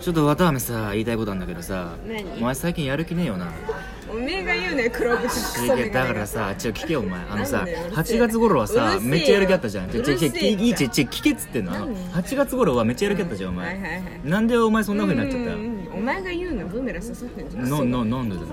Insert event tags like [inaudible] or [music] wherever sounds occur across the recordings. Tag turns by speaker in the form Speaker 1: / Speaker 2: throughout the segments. Speaker 1: ちょっと渡辺さ言いたいことあんだけどさ
Speaker 2: 何
Speaker 1: お前最近やる気ねえよな
Speaker 2: おめえが言うね黒口ク
Speaker 1: い
Speaker 2: ソ
Speaker 1: や
Speaker 2: メガ
Speaker 1: だ
Speaker 2: ネ
Speaker 1: か
Speaker 2: が
Speaker 1: らさあっちを聞けよお前あの
Speaker 2: な
Speaker 1: さ
Speaker 2: んだようるせ
Speaker 1: 8
Speaker 2: え
Speaker 1: 月頃は
Speaker 2: う
Speaker 1: さ
Speaker 2: るせえよ
Speaker 1: めっちゃやる気あったじゃんちょちょ
Speaker 2: うる
Speaker 1: ちょ
Speaker 2: せえ
Speaker 1: ちょいいちょちょ聞けっつってんのあの8月頃はめっちゃやる気あったじゃんお前、
Speaker 2: はいはいはい
Speaker 1: なんでお前そんな風になっちゃった
Speaker 2: うんうんうんお前が言うのブーメラン刺さってんじゃん
Speaker 1: ののなんでだよ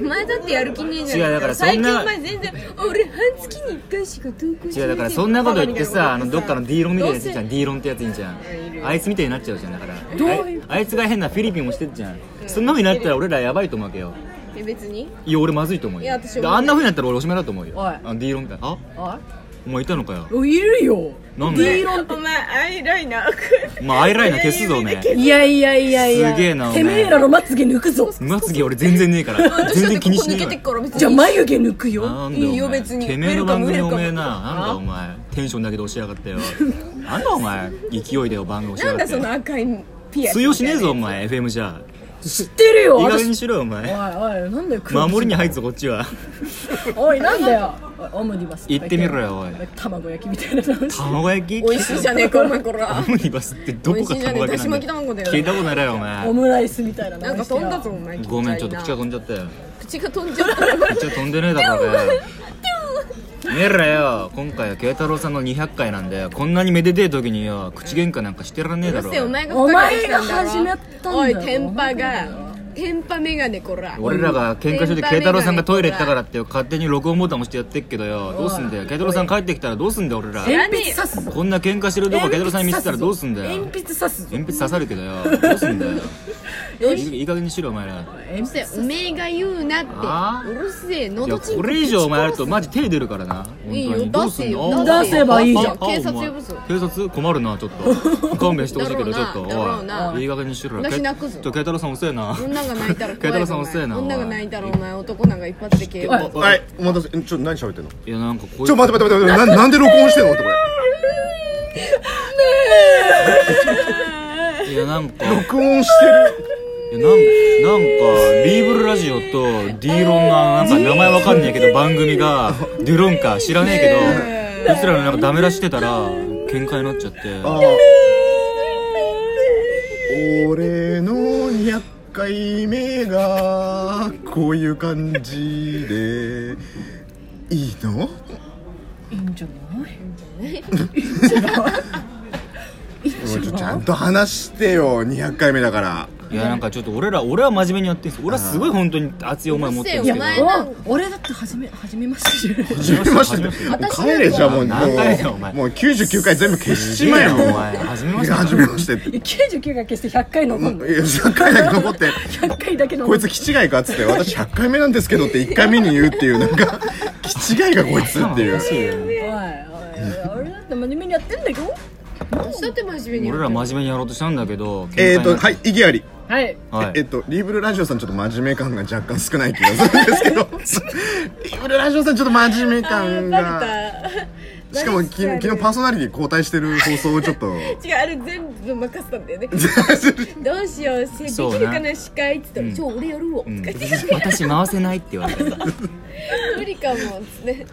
Speaker 2: お前だってやる気ねえじゃん
Speaker 1: 違うだからそんな
Speaker 2: 最近お前全然俺半月に1回しか投稿して
Speaker 1: 違う
Speaker 2: な
Speaker 1: だ
Speaker 2: い
Speaker 1: からそんなこと言ってさあのどっかの D ロンみたいなやつい
Speaker 2: ど
Speaker 1: るじ
Speaker 2: うせ
Speaker 1: ゃん D ロンってやついんじゃんあいつみたいになっちゃうじゃんだから
Speaker 2: どう
Speaker 1: あいあいつが変なフィリピンをしてっじゃんそんな風になったら俺らやばいと思うわけよ
Speaker 2: いや別に
Speaker 1: いや俺まずいと思う
Speaker 2: い
Speaker 1: よ
Speaker 2: や私
Speaker 1: で
Speaker 2: 思う
Speaker 1: あんな風になったら俺おしまいだと思うよ
Speaker 3: おい
Speaker 1: あの D ロンみたいなあ
Speaker 3: あ
Speaker 1: お前いたのかよ
Speaker 3: いるよ
Speaker 1: なんで
Speaker 3: D ロン
Speaker 2: お前アイライナー
Speaker 1: お前アイライナー消すぞおめえ
Speaker 3: いやいやいやいや
Speaker 1: すげえなお前
Speaker 3: てめえらのまつげ抜くぞ
Speaker 1: まつげ俺全然ねえから全
Speaker 2: 私
Speaker 1: 然
Speaker 2: だってここ
Speaker 1: 気にしね
Speaker 2: 抜
Speaker 1: え
Speaker 2: け
Speaker 1: わ
Speaker 2: てっから別に
Speaker 3: じゃあ眉毛抜くよ
Speaker 1: なんだ
Speaker 2: いい
Speaker 1: お
Speaker 2: よ
Speaker 1: 前
Speaker 2: 別に
Speaker 1: てめえの番
Speaker 2: ウェ
Speaker 1: 組
Speaker 2: ルカ
Speaker 1: お
Speaker 2: ムウェルカム
Speaker 1: めえななんだお前テンションだけで押しやがってよなんだお前勢いでよ番組押
Speaker 2: なん
Speaker 1: しや
Speaker 2: だその
Speaker 1: がって
Speaker 2: 赤いピアス
Speaker 1: 通用しねえぞお前 FM じゃ
Speaker 3: 知ってるよ
Speaker 1: いい加減
Speaker 3: 私
Speaker 1: にしろよお
Speaker 3: おいおい
Speaker 1: 前
Speaker 3: なんだよ黒
Speaker 1: 守りに入っぞこっちは
Speaker 3: おいなんだよおいオムニバス
Speaker 1: 言ってみろよおい
Speaker 3: 卵焼きみたいなの
Speaker 1: 卵焼き
Speaker 2: 美味しいじゃねえかお前こら
Speaker 1: オムニバスってどこが卵
Speaker 2: 美
Speaker 1: 焼
Speaker 2: 味
Speaker 1: き
Speaker 2: しい
Speaker 1: なん
Speaker 2: じゃねえだし巻
Speaker 1: だ
Speaker 2: き卵だよ
Speaker 1: 聞いたことないよお前
Speaker 3: オムライスみたいなの
Speaker 2: なんか飛んだぞお前
Speaker 1: ごめんちょっと口が
Speaker 2: 口が
Speaker 1: 飛んじゃったよ
Speaker 2: 飛んじゃった
Speaker 1: 口が飛んでねえだろ俺ねえらよ今回は慶太郎さんの200回なんでこんなにめでてえ時によ口喧嘩なんかしてらんねえだろ
Speaker 2: うるせえお前が
Speaker 3: お前
Speaker 2: 吹っかけてきたんだろ
Speaker 3: が始めたんだよ
Speaker 2: おいテンパがテンパメガネこら
Speaker 1: 俺らが喧嘩してて慶太郎さんがトイレ行ったからってよ勝手に録音ボタン押してやってっけどよどうすんだよ慶太郎さん帰ってきたらどうすんだよ俺ら
Speaker 3: 鉛筆刺すぞ
Speaker 1: こんな喧嘩してるとこ慶太郎さんに見せたらどうすんだよ
Speaker 3: 鉛筆刺すぞ
Speaker 1: 鉛筆刺さるけどよどうすんだよいいい加減にしろお前ら
Speaker 3: 鉛
Speaker 2: うる
Speaker 3: 筆
Speaker 2: せえおめえが言うな
Speaker 1: あ
Speaker 2: っ
Speaker 1: ー
Speaker 2: てうるせえ
Speaker 1: い
Speaker 2: 喉
Speaker 1: や
Speaker 2: チンコ
Speaker 1: これ以上お前やるとマジ手出るからな本当
Speaker 2: いいよ
Speaker 1: にどうすん
Speaker 2: 出
Speaker 1: の
Speaker 2: せよ
Speaker 1: あ
Speaker 3: 出せばいいじゃ
Speaker 1: あ
Speaker 3: ん
Speaker 1: あ
Speaker 2: 警察
Speaker 1: お前
Speaker 2: 呼ぶぞ
Speaker 1: 警察困るなちょっ
Speaker 2: [laughs]
Speaker 1: と勘弁してほしいけど
Speaker 2: だ
Speaker 1: ちょっと
Speaker 2: ろうなだろうな
Speaker 1: おいいい加減にしろよ
Speaker 2: 私
Speaker 1: け
Speaker 2: 泣くぞ
Speaker 1: ちょ慶太郎さん遅えな
Speaker 2: 女が泣いたら
Speaker 1: 慶太
Speaker 2: 怖い
Speaker 1: 郎
Speaker 2: ぞ
Speaker 1: さん
Speaker 2: お
Speaker 1: 遅え
Speaker 2: 前
Speaker 1: な
Speaker 2: 女が泣い
Speaker 1: い
Speaker 2: たらお前男なんか一発で警棒
Speaker 3: お
Speaker 4: はい、お待たせ、ちょっと何喋ってんの。ち
Speaker 1: いやなんかこ
Speaker 4: ょ
Speaker 1: ういう
Speaker 4: っと待って待って待って、ななんで録音してんのってこれ。
Speaker 1: いやなんか
Speaker 4: 録音してる。
Speaker 1: いやなんなんかリーブルラジオと D ロンがなんか名前わかんないけど番組がデュロンか知らねえけどこいつらのなんかダメ出ししてたら喧嘩になっちゃって
Speaker 4: あー俺の200回目が、こういう感じで、いいの
Speaker 3: いいんじゃない
Speaker 4: もうちょちゃんと話してよ、200回目だから。
Speaker 1: いやなんかちょっと俺ら俺は真面目にやってるんです俺はすごい本当に熱い思い持ってるん
Speaker 2: う
Speaker 1: で
Speaker 2: る
Speaker 1: す
Speaker 2: せえ
Speaker 1: け
Speaker 2: よ
Speaker 1: ど
Speaker 2: お前
Speaker 3: お俺だって初め初めましてじゃん
Speaker 4: 初めましてもう帰れじゃあもう、もう、
Speaker 1: 何回だよお前
Speaker 4: もう99回全部消しちまえよ、
Speaker 1: お前
Speaker 4: お前。
Speaker 1: 初めまして
Speaker 4: 初めましてって。
Speaker 3: 99が決して100回残
Speaker 4: も
Speaker 3: るの
Speaker 1: [laughs]
Speaker 4: ういや100回だけ残って。
Speaker 3: 100回だけ残
Speaker 4: こい
Speaker 3: る
Speaker 4: つ気違いかっつって私100回目なんですけどって1回目に言うっていうなんか気違いかこいつっていう
Speaker 3: おいおいおい俺だって真面目にやってんだよ
Speaker 2: 私だって真面目に
Speaker 1: 俺ら真面目にやろうとしたんだけど
Speaker 4: え
Speaker 1: っ
Speaker 4: ーとはい意義あり
Speaker 3: はい
Speaker 1: はい
Speaker 4: えっとリーブルラジオさんちょっと真面目感が若干少ない気がするんです
Speaker 1: [laughs]
Speaker 4: けどリーブルラジオさんちょっと真面目感がしかも昨日昨日パーソナリティ交代してる放送をちょっと
Speaker 2: 違うあれ全部任せた
Speaker 1: [laughs]
Speaker 2: んだよねどうしようせで
Speaker 1: そうな
Speaker 2: きるかな司会っつったら「ちょ俺やるわ」
Speaker 1: う
Speaker 2: と
Speaker 1: ん
Speaker 2: か言って
Speaker 1: 私回せないって言われ
Speaker 4: [laughs]
Speaker 1: た
Speaker 2: 無理かもっつって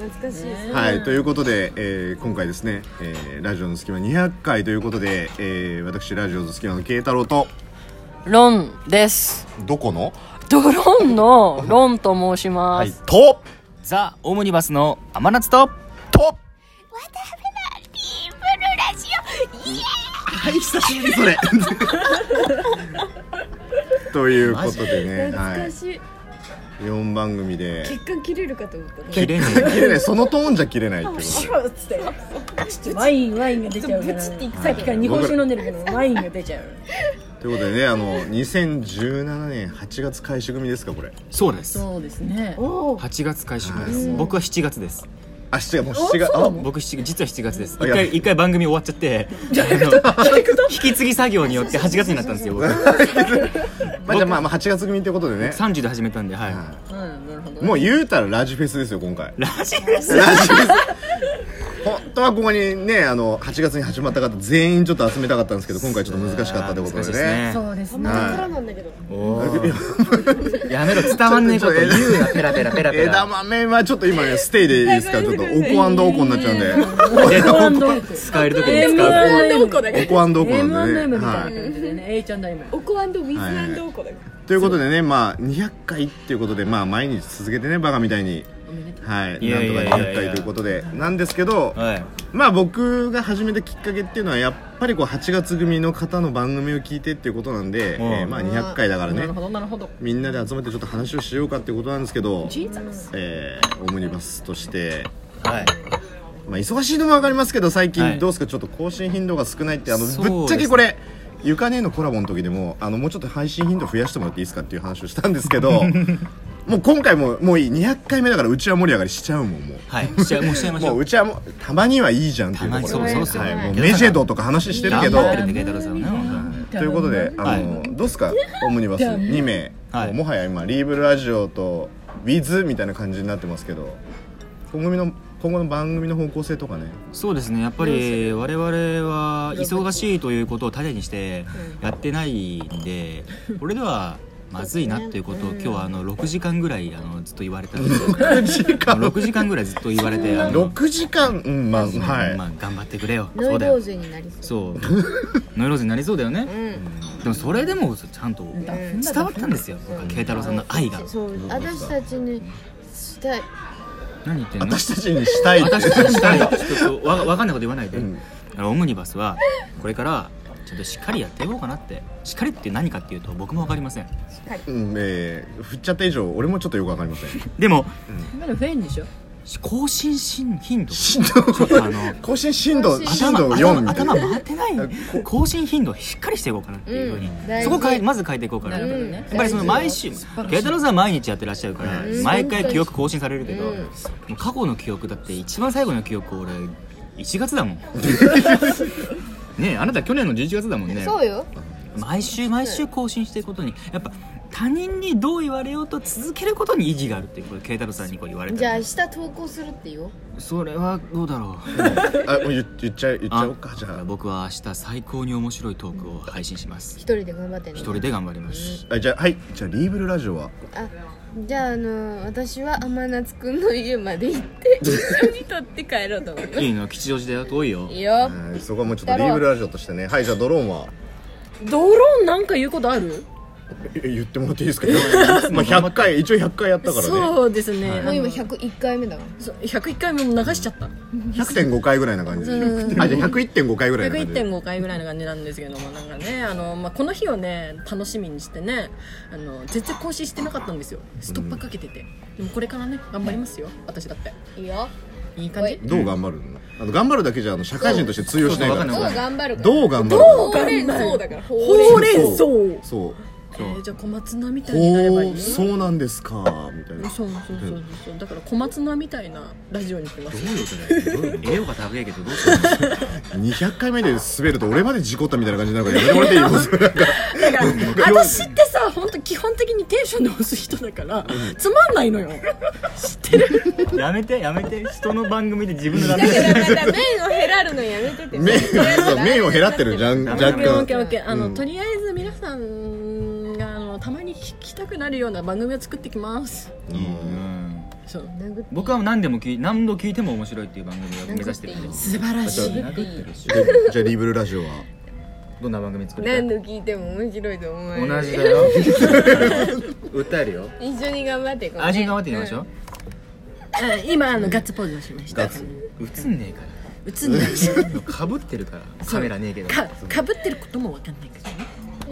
Speaker 2: 懐かしいです
Speaker 4: はいということで、えー今回ですね、えーラジオの隙間200回ということで、えー私ラジオの隙間の慶太郎と
Speaker 5: ロンです。
Speaker 4: どこの
Speaker 5: ドローンのロンと申します。
Speaker 4: と
Speaker 1: ザ・オムニバスの天夏と
Speaker 4: と
Speaker 6: ブルラジオイエーイ
Speaker 4: はい、久しぶりそれ。ということでね、は
Speaker 2: 懐か
Speaker 4: い、
Speaker 2: しい
Speaker 4: 四番組で。
Speaker 2: 血管切れるかと思ったね
Speaker 1: 切れね
Speaker 4: 切れない、そのトーンじゃ切れないってこ
Speaker 3: ワインワインが出ちゃうからさっきから日本酒飲んでるけどワインが出ちゃう
Speaker 4: と。ということでね、あの、2017年8月開始組ですか、これ。
Speaker 1: そうです
Speaker 3: そうですね
Speaker 1: 8月開始です僕は7月です
Speaker 4: あ、7月、もう7月、あ、
Speaker 1: 僕7月実は7月です
Speaker 4: あ
Speaker 1: 一
Speaker 4: やべ
Speaker 1: 回一回番組終わっちゃってあの [laughs] 引き継ぎ作業によって8月になったんですよ
Speaker 4: [laughs]
Speaker 1: 僕
Speaker 4: まあ、じゃあ、まあ、まあ、8月組ってことでね。
Speaker 1: 30で始めたんではい
Speaker 3: うんなるほど
Speaker 4: もう言うたらラジフェスですよ、今回。
Speaker 1: ラジフェス
Speaker 4: ラジフェス。本当はここにねあの8月に始まった方全員ちょっと集めたかったんですけど今回ちょっと難しかったってことでね
Speaker 3: そうですね。
Speaker 2: 真っ暗なんだけど
Speaker 1: おー [laughs] やめろ伝わんねえこと言うなペラペラペラペ
Speaker 4: [laughs] 枝
Speaker 1: ラ
Speaker 4: 豆はちょっと今ねステイでいいですかちょっとおこおこになっちゃうんで
Speaker 1: 使える時に使う
Speaker 4: [laughs]
Speaker 3: M&M
Speaker 2: おこだけ
Speaker 4: おこおこなんで
Speaker 3: M&M
Speaker 4: ね
Speaker 3: みた
Speaker 4: はい
Speaker 3: ない感じでね、A ちゃんだ今。
Speaker 2: おこ水おこだけ
Speaker 4: ということでねまあ200回っていうことでまあ毎日続けてねバカみたいにはい
Speaker 1: い
Speaker 4: な
Speaker 1: や
Speaker 4: んと
Speaker 1: いやいや
Speaker 4: か
Speaker 1: いや
Speaker 4: 200回ということでなんですけど
Speaker 1: はい
Speaker 4: まあ僕が始めたきっかけっていうのはやっぱりこう8月組の方の番組を聞いてっていうことなんで、
Speaker 1: うん
Speaker 4: えーまあ200回だからね
Speaker 3: ど、なるほど。
Speaker 4: みんなで集めてちょっと話をしようかっていうことなんですけど、えーオムニバスとして、
Speaker 1: はい
Speaker 4: まあ、忙しいのも分かりますけど最
Speaker 1: は
Speaker 4: 近
Speaker 1: い
Speaker 4: どうですかちょっと更新頻度が少ないってあの
Speaker 1: そうですね
Speaker 4: ぶっちゃけこれゆかねえのコラボの時でもあのもうちょっと配信頻度増やしてもらっていいですかっていう話をしたんです
Speaker 1: [laughs]
Speaker 4: けどもう今回ももういい200回目だからうちは盛り上がりしちゃうもんもう。
Speaker 1: はいしちゃもうしちゃいましょ
Speaker 4: もう
Speaker 1: う
Speaker 4: うちはもうたまにはいいじゃんっていうところ
Speaker 1: たまにそうそうそう
Speaker 4: はいもうメジェドとか話してるけど
Speaker 1: 頑張ってるんで慶太郎さんはね本
Speaker 4: ということであの、
Speaker 1: は
Speaker 4: どうすかオムニバス2名、
Speaker 1: はい
Speaker 4: もうもはや今リーブルラジオと Wiz みたいな感じになってますけど今後の今後の番組の方向性とかね
Speaker 1: そうですねやっぱり我々は忙しいということを盾にしてやってないん
Speaker 4: [laughs]
Speaker 1: でこれではまずいなっていうことを今日はあの6時間ぐらいあのずっと言われたんで
Speaker 4: 6時間
Speaker 1: 6時間ぐらいずっと言われてあの
Speaker 4: 6時間うんまあはい、
Speaker 1: まあ頑張ってくれよ
Speaker 2: ノ
Speaker 1: そ
Speaker 2: イ
Speaker 1: うだ
Speaker 2: ロー
Speaker 1: よ
Speaker 2: ゼになりそう
Speaker 1: そうノイローゼになりそうだ
Speaker 4: [laughs]
Speaker 1: よねでもそれでもちゃんと伝わったんですよ僕は慶太郎さんの愛が
Speaker 2: そう私たちにしたい
Speaker 1: 何言ってんの
Speaker 4: 私たちにしたいって
Speaker 1: 私たちしたい
Speaker 4: [laughs]
Speaker 1: ちょっとわわかんないこと言わないで、
Speaker 4: うん
Speaker 1: あのオムニバスはこれからちょっとしっかりやっていこうかなってしっかりって何かっていうと僕もわかりません
Speaker 4: うんえー、振っちゃった以上俺もちょっとよくわかりません
Speaker 1: でも
Speaker 3: 今のフェン [laughs] でしょ。
Speaker 1: 更新新頻度
Speaker 4: 振動
Speaker 1: ちょっとあの
Speaker 4: 更新振動振動
Speaker 1: 頭
Speaker 4: 4み
Speaker 1: 頭
Speaker 4: た
Speaker 1: 頭
Speaker 4: いな
Speaker 1: 回ってない更新頻度をしっかりしていこうかなっていうふうに、
Speaker 2: うん大事
Speaker 1: そこかえまず変えていこうかな
Speaker 3: なるほどね
Speaker 1: やっぱりその毎週慶太郎さんは毎日やってらっしゃるから、
Speaker 2: うん
Speaker 1: 毎回記憶更新されるけど、
Speaker 2: うん
Speaker 1: もう過去の記憶だって一番最後の記憶俺1月
Speaker 2: [laughs]
Speaker 1: だもんねえあなた去年の11月だもんね
Speaker 2: そうよ
Speaker 1: 毎週毎週更新していくことにやっぱ他人にどう言われようと続けることに意義があるっていうこれ慶太郎さんにこれ言われ
Speaker 2: じゃあ
Speaker 1: た
Speaker 2: 明日投稿するってよ
Speaker 1: それはどうだろう
Speaker 4: あもう言っ言っちゃ言っちゃおうかじゃあ
Speaker 1: 僕は明日最高に面白いトークを配信します
Speaker 2: 一人で頑張ってね
Speaker 1: 一人で頑張ります
Speaker 4: あじゃあはいじゃあリーブルラジオは
Speaker 2: あじゃああの私は天夏くんの家まで行って一緒に撮って帰ろうと思いま
Speaker 1: いいの吉祥寺だよ遠いよ
Speaker 2: すいいよ
Speaker 4: はいそこはもうちょっとリーブルラジオとしてねはいじゃあドローンは
Speaker 3: ドローンなんか言うことある？
Speaker 4: え言ってもらっていい [laughs] ですかまあ100回一応100回やったからね
Speaker 3: そうですね。
Speaker 2: もう今101回目だから
Speaker 3: そう101回目も流しちゃった。
Speaker 4: 100.5回ぐらいな感じであじゃあ101.5回ぐらいな感じで
Speaker 3: 101.5回ぐらいの感じなんですけどもなんかねあの、まあ、この日をね楽しみにしてねあの全然更新してなかったんですよストッパーかけてて、でもこれからね頑張りますよ私だって
Speaker 2: いいよ
Speaker 3: いい感じ
Speaker 4: どう頑張るのあの頑張るだけじゃあの社会人として通用しないか
Speaker 1: そうそう
Speaker 4: ら
Speaker 2: そう頑張るから
Speaker 4: どう頑張るの
Speaker 2: ほうれん草だからほう
Speaker 3: ほうれん草
Speaker 4: そう
Speaker 3: えーじゃあ小松菜みたいになればいいよ
Speaker 4: ほう
Speaker 3: そう
Speaker 4: そうなんですかみたいな [laughs]
Speaker 3: そうそうそうそうだから小松菜みたいなラジオにして [laughs] ます
Speaker 1: どうよそれどうよ栄養が高いけどどうするの
Speaker 4: 200回目で滑ると俺まで事故ったみたいな感じになるからやめてもらっていいで
Speaker 1: [laughs]
Speaker 4: すか
Speaker 3: だから私ってさ本当基本的にテンションで押す人だからつまんないのよ知ってる
Speaker 1: [laughs] やめてやめて人の番組で自分のラジ
Speaker 2: だからだから麺を減らるのやめてて
Speaker 4: 麺そう麺を減らってるじゃん
Speaker 1: ダメ
Speaker 4: 若
Speaker 1: ダメ
Speaker 3: オッ
Speaker 1: [laughs]
Speaker 4: 干
Speaker 3: ケーオッケーあの、とりあえず皆さんがあのたまに聞きたくなるような番組を作ってきます
Speaker 1: うん
Speaker 3: そう
Speaker 2: 殴って
Speaker 1: 僕は何でも聞い何度聞いても面白いっていう番組を目指してるんで
Speaker 3: 素晴らしい
Speaker 1: 殴ってるし
Speaker 4: でじゃあリーブルラジオは
Speaker 1: どんな番組作
Speaker 2: 何
Speaker 1: る
Speaker 2: 度聞いても面白いと思う
Speaker 1: 同じだ [laughs] よ訴えるよ
Speaker 2: 一緒に頑張っていこうね
Speaker 1: 味頑張ってみましょう
Speaker 3: あ今あのガッツポーズをしました
Speaker 4: ガッツ
Speaker 1: 映んねえか
Speaker 3: 映んない
Speaker 1: ら [laughs] かぶってるからカメラねえけど
Speaker 3: かかぶってることもわかんないけ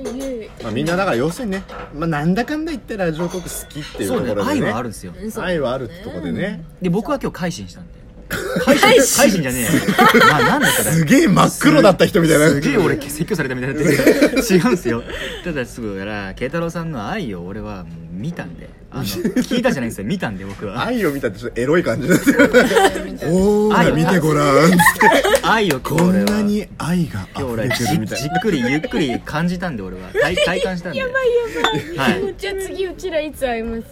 Speaker 3: どね
Speaker 2: いやいや
Speaker 4: まあみんなだから要するにねまあなんだかんだ言ってラジオトーク好きっていうと
Speaker 1: そう
Speaker 4: ころ
Speaker 1: ね
Speaker 4: でね
Speaker 1: 愛はあるんですよ
Speaker 4: 愛はあるってとこでね
Speaker 1: で僕は今日改心したんで改心改心じゃねえよななんだそれ
Speaker 4: すげえ真っ黒だった人みたいな
Speaker 1: すげえ俺説教されたみたいになってる違うんですよただすぐだから慶太郎さんの愛を俺はもう見たんであの聞いたじゃないんですよ見たんで僕は
Speaker 4: 愛を見たってちょっとエロい感
Speaker 1: [laughs]
Speaker 4: じですよお
Speaker 1: 愛
Speaker 4: ー
Speaker 1: を
Speaker 4: 見てご
Speaker 1: [laughs]
Speaker 4: らん
Speaker 1: 愛を
Speaker 4: こんな
Speaker 1: 今
Speaker 4: に愛が
Speaker 1: 日
Speaker 4: 溢
Speaker 1: 俺
Speaker 4: れ
Speaker 1: は
Speaker 4: て
Speaker 1: じ
Speaker 4: るみた
Speaker 1: じ
Speaker 4: い
Speaker 1: っくりゆっくり感じたんで俺は体体感したんでやばいやばい、はい、
Speaker 2: じゃあ次うちらいつ会います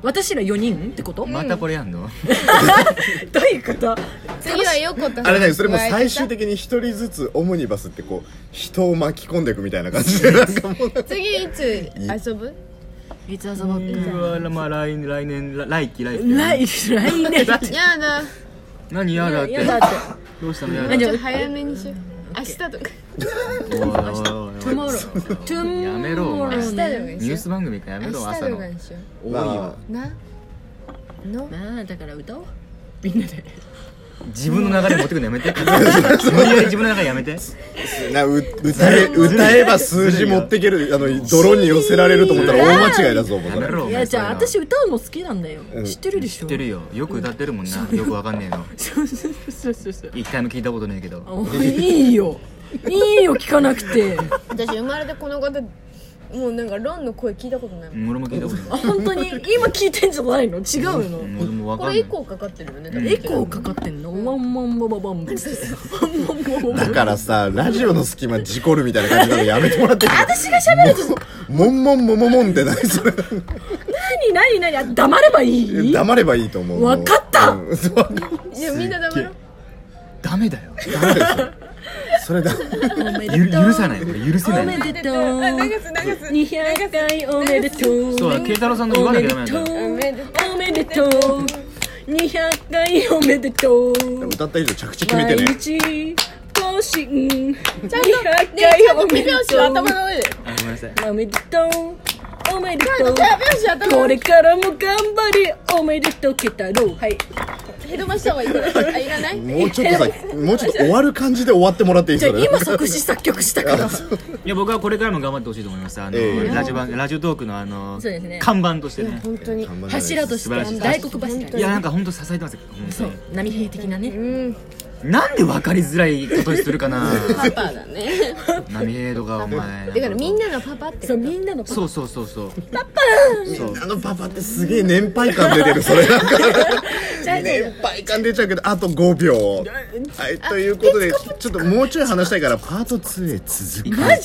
Speaker 3: 私ら4人ってこと、
Speaker 1: またこれやんの
Speaker 3: どういうこと
Speaker 2: 次は横田さん
Speaker 4: あれだよそれも最終的に一人ずつオムニバスってこう人を巻き込んでいくみたいな感じでなんかもう
Speaker 2: 次いつ遊ぶ
Speaker 3: いつ遊ぼう
Speaker 1: うわまあ来来年来来期来期
Speaker 3: 来来
Speaker 2: [laughs]
Speaker 3: 年だって
Speaker 2: やだ
Speaker 1: 何やだって
Speaker 3: やだって
Speaker 1: どうしたのやだ
Speaker 2: め
Speaker 1: っ
Speaker 2: ってちゃ早めにしよう明日とか
Speaker 1: おいおいおいおい
Speaker 3: Tomorrow
Speaker 1: やめろお前
Speaker 2: 明日とか
Speaker 1: ニ
Speaker 2: にし
Speaker 1: ュ
Speaker 2: よ
Speaker 1: ース番組かや
Speaker 2: う
Speaker 1: め
Speaker 2: 明日
Speaker 1: ろ朝
Speaker 2: と
Speaker 1: の
Speaker 2: かにしよ
Speaker 1: 多い
Speaker 4: まあま
Speaker 1: よ
Speaker 4: あ
Speaker 2: うなの
Speaker 3: まあだから歌おうみんなで
Speaker 1: 自分の流れ持ってくのやめて無理やり [laughs] 自分の流れやめて
Speaker 4: なう歌え歌えば数字持ってけるあの泥に寄せられると思ったら大間違いだぞお前
Speaker 1: や
Speaker 4: そ
Speaker 1: め
Speaker 4: れ
Speaker 1: ろお前
Speaker 3: いやじゃ
Speaker 1: [laughs] それ
Speaker 3: あ
Speaker 1: は
Speaker 3: 私歌うの好きなんだよ
Speaker 4: うん
Speaker 3: 知ってるでし
Speaker 1: 知
Speaker 3: ょ
Speaker 1: ってるよよく歌ってるもんなよくわかんねえの
Speaker 3: そうそうそうそうそう
Speaker 1: 一回も聞いたことないけど
Speaker 3: おいいよいいよ聞かなくて
Speaker 2: 私生まれてこの方もうなんかロンの声聞いたことないもん
Speaker 1: うん俺も聞いたことない
Speaker 3: あ本当に今聞いてんじゃないの違うの
Speaker 1: うん俺もわかん
Speaker 2: こ
Speaker 1: な
Speaker 2: れ以
Speaker 1: い
Speaker 2: 降かかってるよね
Speaker 1: ん
Speaker 3: エコーかかってんのワンワンバババンバンワンワンバババン
Speaker 4: だからさラジオの隙間事故るみたいな感じなのやめてもらっていい私が喋るともんもんもももんって何それ
Speaker 3: 何何何あ黙ればいい
Speaker 4: 黙ればいいと思う
Speaker 3: わかった
Speaker 4: うんそうわかった
Speaker 2: いやみんな黙ろう
Speaker 1: ダメだよ
Speaker 4: ダメですよそれだ
Speaker 3: おめ
Speaker 1: ゆ
Speaker 3: でとう
Speaker 1: 許さない俺許せ
Speaker 3: お
Speaker 1: ない
Speaker 3: めでとう
Speaker 2: あ流す流す
Speaker 3: 200回おめでとう
Speaker 1: そうだ慶太郎さんの言わなきゃダメなんだよ
Speaker 3: お
Speaker 2: お
Speaker 3: め
Speaker 2: めで
Speaker 3: でとうおめでとう200回おめでとう
Speaker 4: 歌った以上着地決めて
Speaker 3: 毎
Speaker 4: ね
Speaker 3: 日更新200
Speaker 2: でちゃ
Speaker 3: 回
Speaker 2: んと
Speaker 3: おめ
Speaker 2: 手
Speaker 3: で
Speaker 2: 拍子
Speaker 3: と
Speaker 2: は
Speaker 3: う
Speaker 2: 頭の上で
Speaker 1: あごめんなさい
Speaker 3: おめでとうおめでとう
Speaker 2: 手拍子は頭の
Speaker 3: こ
Speaker 2: 上
Speaker 3: れ
Speaker 2: で
Speaker 3: からも頑張りおめでとう慶太郎はい
Speaker 2: ヘドバした方がいいからあいらない
Speaker 4: もうちょっとさもうちょっと終わる感じで終わってもらっていい
Speaker 3: じゃあ
Speaker 4: それ
Speaker 3: 今作詞作曲し
Speaker 1: [laughs]
Speaker 3: たから
Speaker 1: いや僕はこれからも頑張ってほしいと思いますあの、
Speaker 4: ええ
Speaker 1: ラジオ番ラジオトークのあの、
Speaker 3: そうですね
Speaker 1: 看板としてね
Speaker 2: 本当に
Speaker 3: 柱として
Speaker 1: 素晴らしい
Speaker 3: 大黒柱
Speaker 1: いやなんか本当支えてますよ本当
Speaker 3: そう波平的なね
Speaker 2: うん
Speaker 1: になんで分かりづらいことにするかな
Speaker 2: パパだね
Speaker 1: 波平とかお前
Speaker 2: だからみんながパパって
Speaker 3: そ
Speaker 2: こ
Speaker 3: う
Speaker 2: と
Speaker 3: みんなのパ
Speaker 1: そうそうそうそうそう
Speaker 4: あのパパってすげえ年配感出てるそれなんか [laughs] 年配感出ちゃうけどあと5秒はいということでちょっともうちょい話したいからパート2へ続く